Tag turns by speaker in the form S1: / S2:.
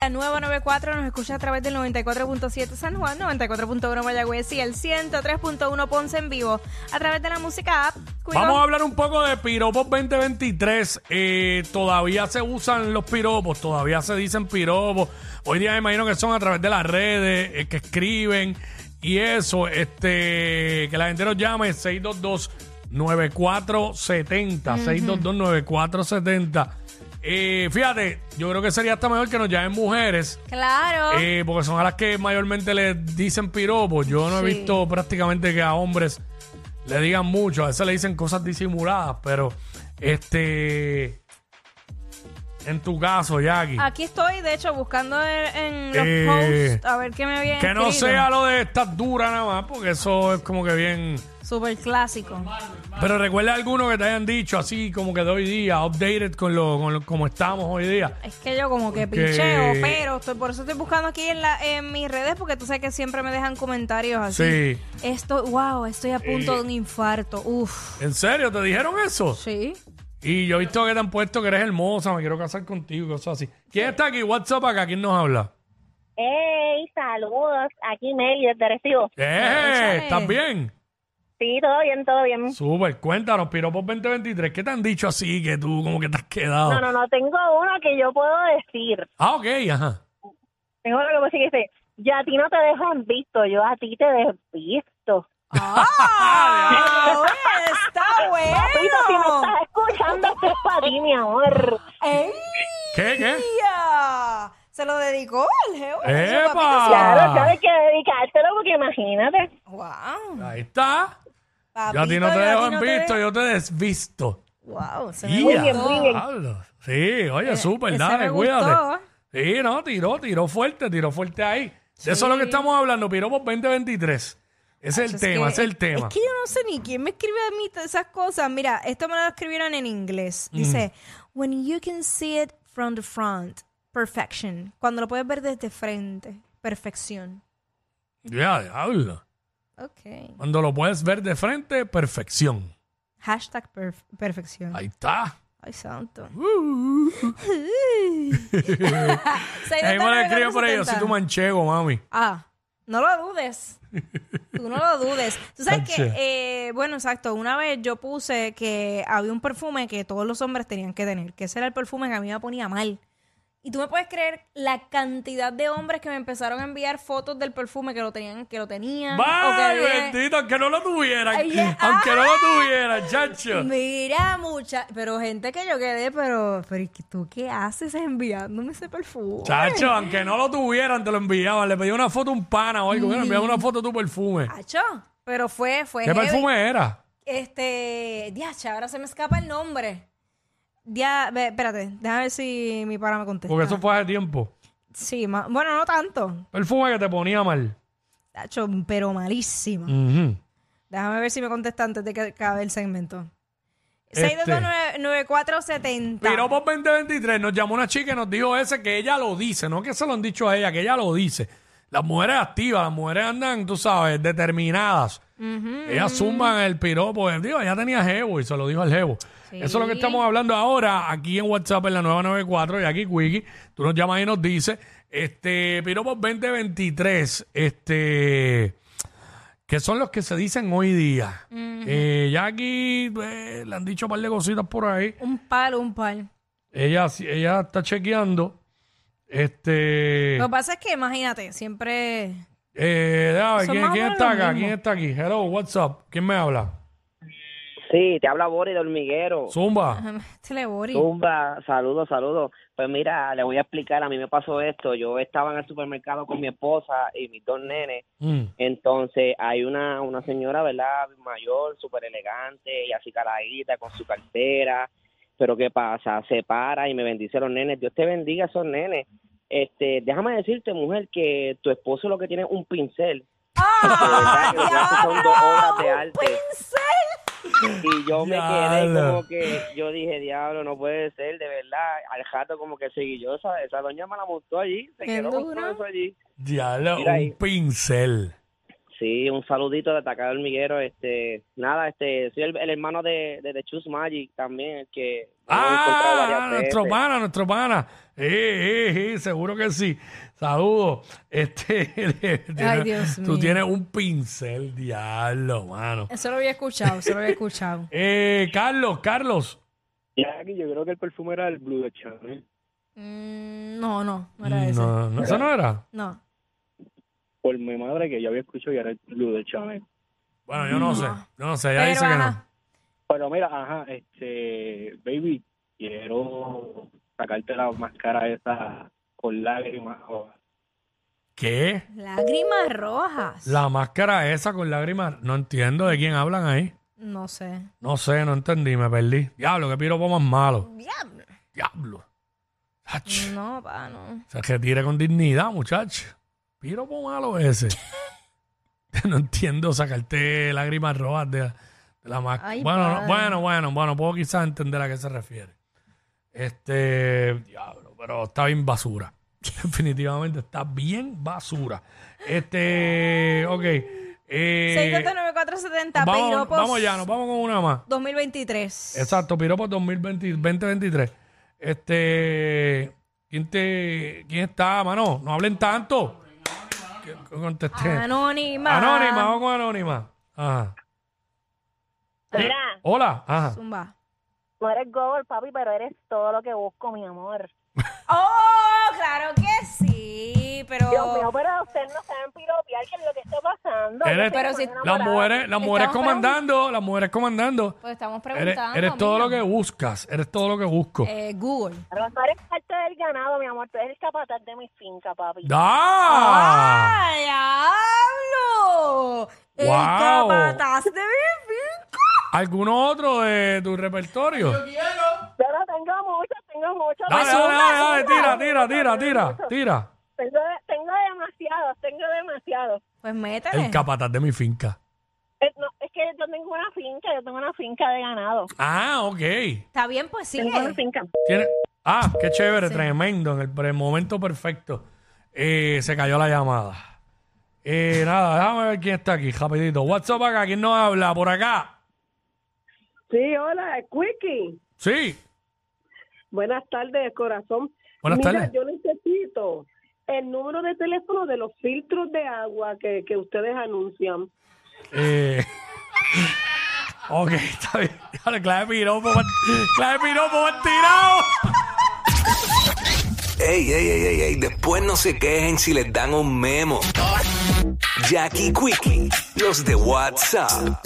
S1: La nueva 94 nos escucha a través del 94.7 San Juan, 94.1 Mayagüez y el 103.1 Ponce en vivo a través de la música app. Cuico.
S2: Vamos a hablar un poco de piropos 2023. Eh, todavía se usan los piropos, todavía se dicen piropos. Hoy día me imagino que son a través de las redes, eh, que escriben y eso. Este, que la gente nos llame 622-9470. 622-9470. Eh, fíjate, yo creo que sería hasta mejor que nos llamen mujeres.
S1: Claro.
S2: Eh, porque son a las que mayormente le dicen piropos. Yo no he
S1: Sí.
S2: visto prácticamente que a hombres le digan mucho. A veces le dicen cosas disimuladas, pero este. En tu caso, Jackie.
S1: Aquí estoy, de hecho, buscando en, en los
S2: Eh,
S1: posts a ver qué me viene.
S2: Que no sea lo de estas duras nada más, porque eso es como que bien.
S1: Súper clásico.
S2: Pero recuerda alguno que te hayan dicho así como que de hoy día, updated con lo, con lo- como estamos hoy día.
S1: Es que yo como que
S2: Porque-
S1: pincheo, pero estoy, por eso estoy buscando aquí en, la, en mis redes porque tú sabes que siempre me dejan comentarios así.
S2: Sí. Eh.
S1: Esto, wow, estoy a punto de un infarto. Uf.
S2: ¿En serio? ¿Te dijeron eso?
S1: Sí.
S2: Y yo he visto que te han puesto que eres hermosa, me quiero casar contigo, y cosas así. ¿Quién está aquí? WhatsApp acá, ¿quién nos habla?
S3: Hey, saludos. Aquí Meli desde Recibo.
S2: ¡Eh!
S1: échale.
S2: ¿Estás bien?
S3: Sí, todo bien, todo bien.
S2: Súper, cuéntanos, Piropos 2023, ¿qué te han dicho así que tú como que te has quedado?
S3: No, no, no, tengo uno que yo puedo decir.
S2: Ah, ok, ajá.
S3: Tengo uno que puedo decir que dice, yo a ti no te dejo en visto, yo a ti te desvisto.
S1: ¡Ah! oye, ¡Está
S3: Papito, si me
S1: bueno!
S3: estás escuchando, esto es para ti, mi amor.
S1: ¡Ey!
S2: ¿Qué, qué?
S1: ya! Se lo dedicó al geo.
S2: ¡Epa!
S1: Ah.
S3: Claro, sabes que dedicártelo porque imagínate.
S1: ¡Wow!
S2: Ahí está. Yo a ti no te dejo en visto, yo te desvisto.
S1: ¡Wow! Se me
S2: ¡Ya!
S3: bien, muy bien.
S2: Diablo. Sí, oye, súper,
S1: ese
S2: dale,
S1: me
S2: cuídate.
S1: gustó.
S2: Sí, no, tiró, tiró fuerte, tiró fuerte ahí. De eso es lo que estamos hablando, Piropos 2023. Ese es el
S1: Es
S2: tema,
S1: que-
S2: ese es el tema.
S1: Es que yo no sé ni quién me escribe a mí t- esas cosas. Mira, esto me lo escribieron en inglés. Dice,
S2: Mm.
S1: when you can see it from the front, perfection. Cuando lo puedes ver desde frente, perfección.
S2: Ya, diablo.
S1: Ok.
S2: Cuando lo puedes ver de frente, perfección.
S1: Hashtag perf- perfección. Ay,
S2: Ahí está.
S1: santo.
S2: Uh. Ahí me lo escribe por ahí, yo soy tu manchego, mami.
S1: Ah, no lo dudes. Tú no lo dudes. Tú sabes
S2: Tache.
S1: que, eh, bueno, exacto, una vez yo puse que había un perfume que todos los hombres tenían que tener, que ese era el perfume que a mí me ponía mal. Y tú me puedes creer la cantidad de hombres que me empezaron a enviar fotos del perfume que lo tenían, que lo tenían. o que
S2: ¡Vaya,
S1: había-
S2: bendito! Aunque no lo tuvieran.
S1: Ay, ya.
S2: Aunque no lo tuvieran, chacho.
S1: Mira, mucha, pero gente que yo quedé, pero, pero ¿y tú qué haces enviándome ese perfume?
S2: Chacho, aunque no lo tuvieran, te lo enviaban. Le pedí una foto a un pana hoy. Bueno, enviaba una foto de tu perfume.
S1: Chacho, pero fue, fue.
S2: ¿Qué
S1: heavy.
S2: perfume era?
S1: Este, diacha, ahora se me escapa el nombre. Ya, ve, espérate, déjame ver si mi para me contesta.
S2: Porque eso fue hace tiempo.
S1: Sí, ma- bueno, no tanto,
S2: Perfume que te ponía mal.
S1: Tacho, pero malísima.
S2: Ujú.
S1: Déjame ver si me contesta antes de que acabe el segmento.
S2: Este.
S1: 6229470.
S2: Piropos 2023 nos llamó una chica y nos dijo ese que ella lo dice, no que se lo han dicho a ella, que ella lo dice. Las mujeres activas, las mujeres andan, tú sabes, determinadas. Ellas zumban el piropo. Eh, Digo, ella tenía jevo y se lo dijo al jevo. Eso es lo que estamos hablando ahora aquí en WhatsApp en la 994 y aquí Quickie. Tú nos llamas y nos dices, este, piropos 2023, este que son los que se dicen hoy día. Eh, Jackie eh, le han dicho un par de cositas por ahí.
S1: Un palo, un palo.
S2: Ella, sí- ella está chequeando. Este.
S1: Lo que pasa es que, imagínate, siempre.
S2: Eh, déjame ver,
S1: Son
S2: ¿quién,
S1: más o
S2: quién
S1: menos
S2: está
S1: los
S2: acá?
S1: mismos.
S2: ¿Quién está aquí? Hello, what's up? ¿Quién me habla?
S4: Sí, te habla Boris de Hormiguero.
S2: Zumba.
S1: Este le bori.
S4: Zumba, saludos, saludos. Pues mira, le voy a explicar, a mí me pasó esto. Yo estaba en el supermercado con mi esposa y mis dos nenes.
S2: Mm.
S4: Entonces hay una, una señora, ¿verdad? Mayor, súper elegante y así caladita con su cartera. Pero ¿qué pasa? Se para y me bendice a los nenes. Dios te bendiga a esos nenes. Este, déjame decirte, mujer, que tu esposo lo que tiene es un pincel.
S1: ¡Ah,
S4: De verdad que lo que hace son dos obras de
S1: diablo! ¡Un
S4: arte.
S1: pincel!
S4: Y yo me quedé
S2: Diablo.
S4: como que, yo dije, diablo, no puede ser, de verdad. Al jato como que seguí yo, esa, esa doña me la montó allí, se
S1: Qué
S4: quedó con
S1: duro.
S4: todo eso allí.
S2: Diablo,
S4: Mira ahí.
S2: un pincel.
S4: Sí, un saludito de Atacado Hormiguero, este, nada, este, soy el, el hermano de, de, de Chus Magic también, el que lo hemos
S2: Ah,
S4: encontrado varias
S2: nuestro
S4: veces.
S2: pana, nuestro pana. Eh, eh, eh, seguro que sí. Saludos. Este, tienes-
S1: Dios
S2: tú
S1: mío.
S2: tienes un pincel, diablo, mano.
S1: Eso lo había escuchado, eso lo había escuchado.
S2: Eh, Carlos, Carlos.
S5: Jackie, yo creo que el perfume era el Blue de Chanel.
S1: Mm, no, no, no era ese.
S2: No, no, eso no era.
S1: No.
S5: Por mi madre que yo había escuchado y era el Blue de Chanel.
S2: Bueno, yo no, sé. Yo no sé, ya
S1: Pero,
S2: dice que no.
S1: ajá.
S5: Pero mira, ajá, este, baby, quiero sacarte la máscara esa con lágrimas. o-
S2: ¿Qué?
S1: Lágrimas rojas.
S2: La máscara esa con lágrimas. No entiendo de quién hablan ahí.
S1: No sé.
S2: No sé, no entendí, me perdí. Diablo, qué piropo más malo.
S1: Diablo.
S2: Diablo. Ach,
S1: No, pa, no.
S2: Se retire con dignidad, muchacho. Piropo malo ese. no entiendo sacarte lágrimas rojas de, de la máscara.
S1: Ay,
S2: Bueno, no,
S1: padre.
S2: bueno, bueno, bueno, puedo quizás entender a qué se refiere. Este, diablo, pero está bien basura. Definitivamente está bien basura. Este, ok. Eh,
S1: 629-470,
S2: vamos,
S1: piropos
S2: vamos ya, nos vamos con una más.
S1: 2023.
S2: Exacto, Piropo 2020, 2023. Este, ¿quién, te, ¿Quién está, mano? No hablen tanto. Que- que contesté.
S1: Anónima.
S2: Anónima, vamos con Anónima. Ajá. Eh,
S3: Mira,
S2: Hola, ajá.
S1: Zumba.
S3: no eres gobel, papi, pero eres todo lo que busco, mi amor.
S1: ¡Oh, claro que sí! Pero...
S3: Dios mío, pero ustedes no saben piropear qué es lo que está pasando.
S2: Eres-
S3: Yo
S1: Pero
S3: soy
S1: si-
S3: una
S2: Las
S3: enamorada.
S2: mujeres, las mujeres
S1: Estamos
S2: comandando, las mujeres comandando.
S1: Pues estamos
S2: Eres,
S1: preguntando.
S2: eres todo
S1: mira.
S2: lo que buscas, eres todo lo que busco.
S1: Eh, Google.
S3: Pero tú eres parte del ganado, mi amor. Tú eres el capataz de mi finca, papi.
S2: ¡Ah!
S1: ¡Ay, diablo! El
S2: Guau.
S1: capataz de mi finca.
S2: ¿Alguno otro de tu repertorio?
S3: Pero tengo muchos, tengo muchos.
S2: Dale,
S3: Tengo-
S2: dale, dale, dale, tira, tira, tira, tira, tira.
S3: Tengo, tengo demasiados, tengo demasiados.
S1: Pues métele.
S2: El capataz de mi finca.
S3: Es, Eh, no, es que yo tengo una finca, yo tengo una finca de ganado.
S2: Ah, ok.
S1: Está bien, pues sigue.
S3: Tengo una finca.
S2: Tiene- Ah, qué chévere, tremendo, en el, pre- momento perfecto. Eh, se cayó la llamada. Eh, nada, déjame ver quién está aquí, rapidito. WhatsApp acá, ¿quién nos habla? Por acá.
S6: Sí, hola, Quickie.
S2: Sí.
S6: Buenas tardes, corazón.
S2: Buenas
S6: Mira,
S2: tardes.
S6: yo necesito el número de teléfono de los filtros de agua que, que ustedes anuncian.
S2: Eh, ok, está bien. Dale, clave piropo, mal- clave piropo, mal tirado.
S7: Ey, ey, ey, ey, ey, después no se quejen si les dan un memo. Jackie Quickie, los de WhatsApp.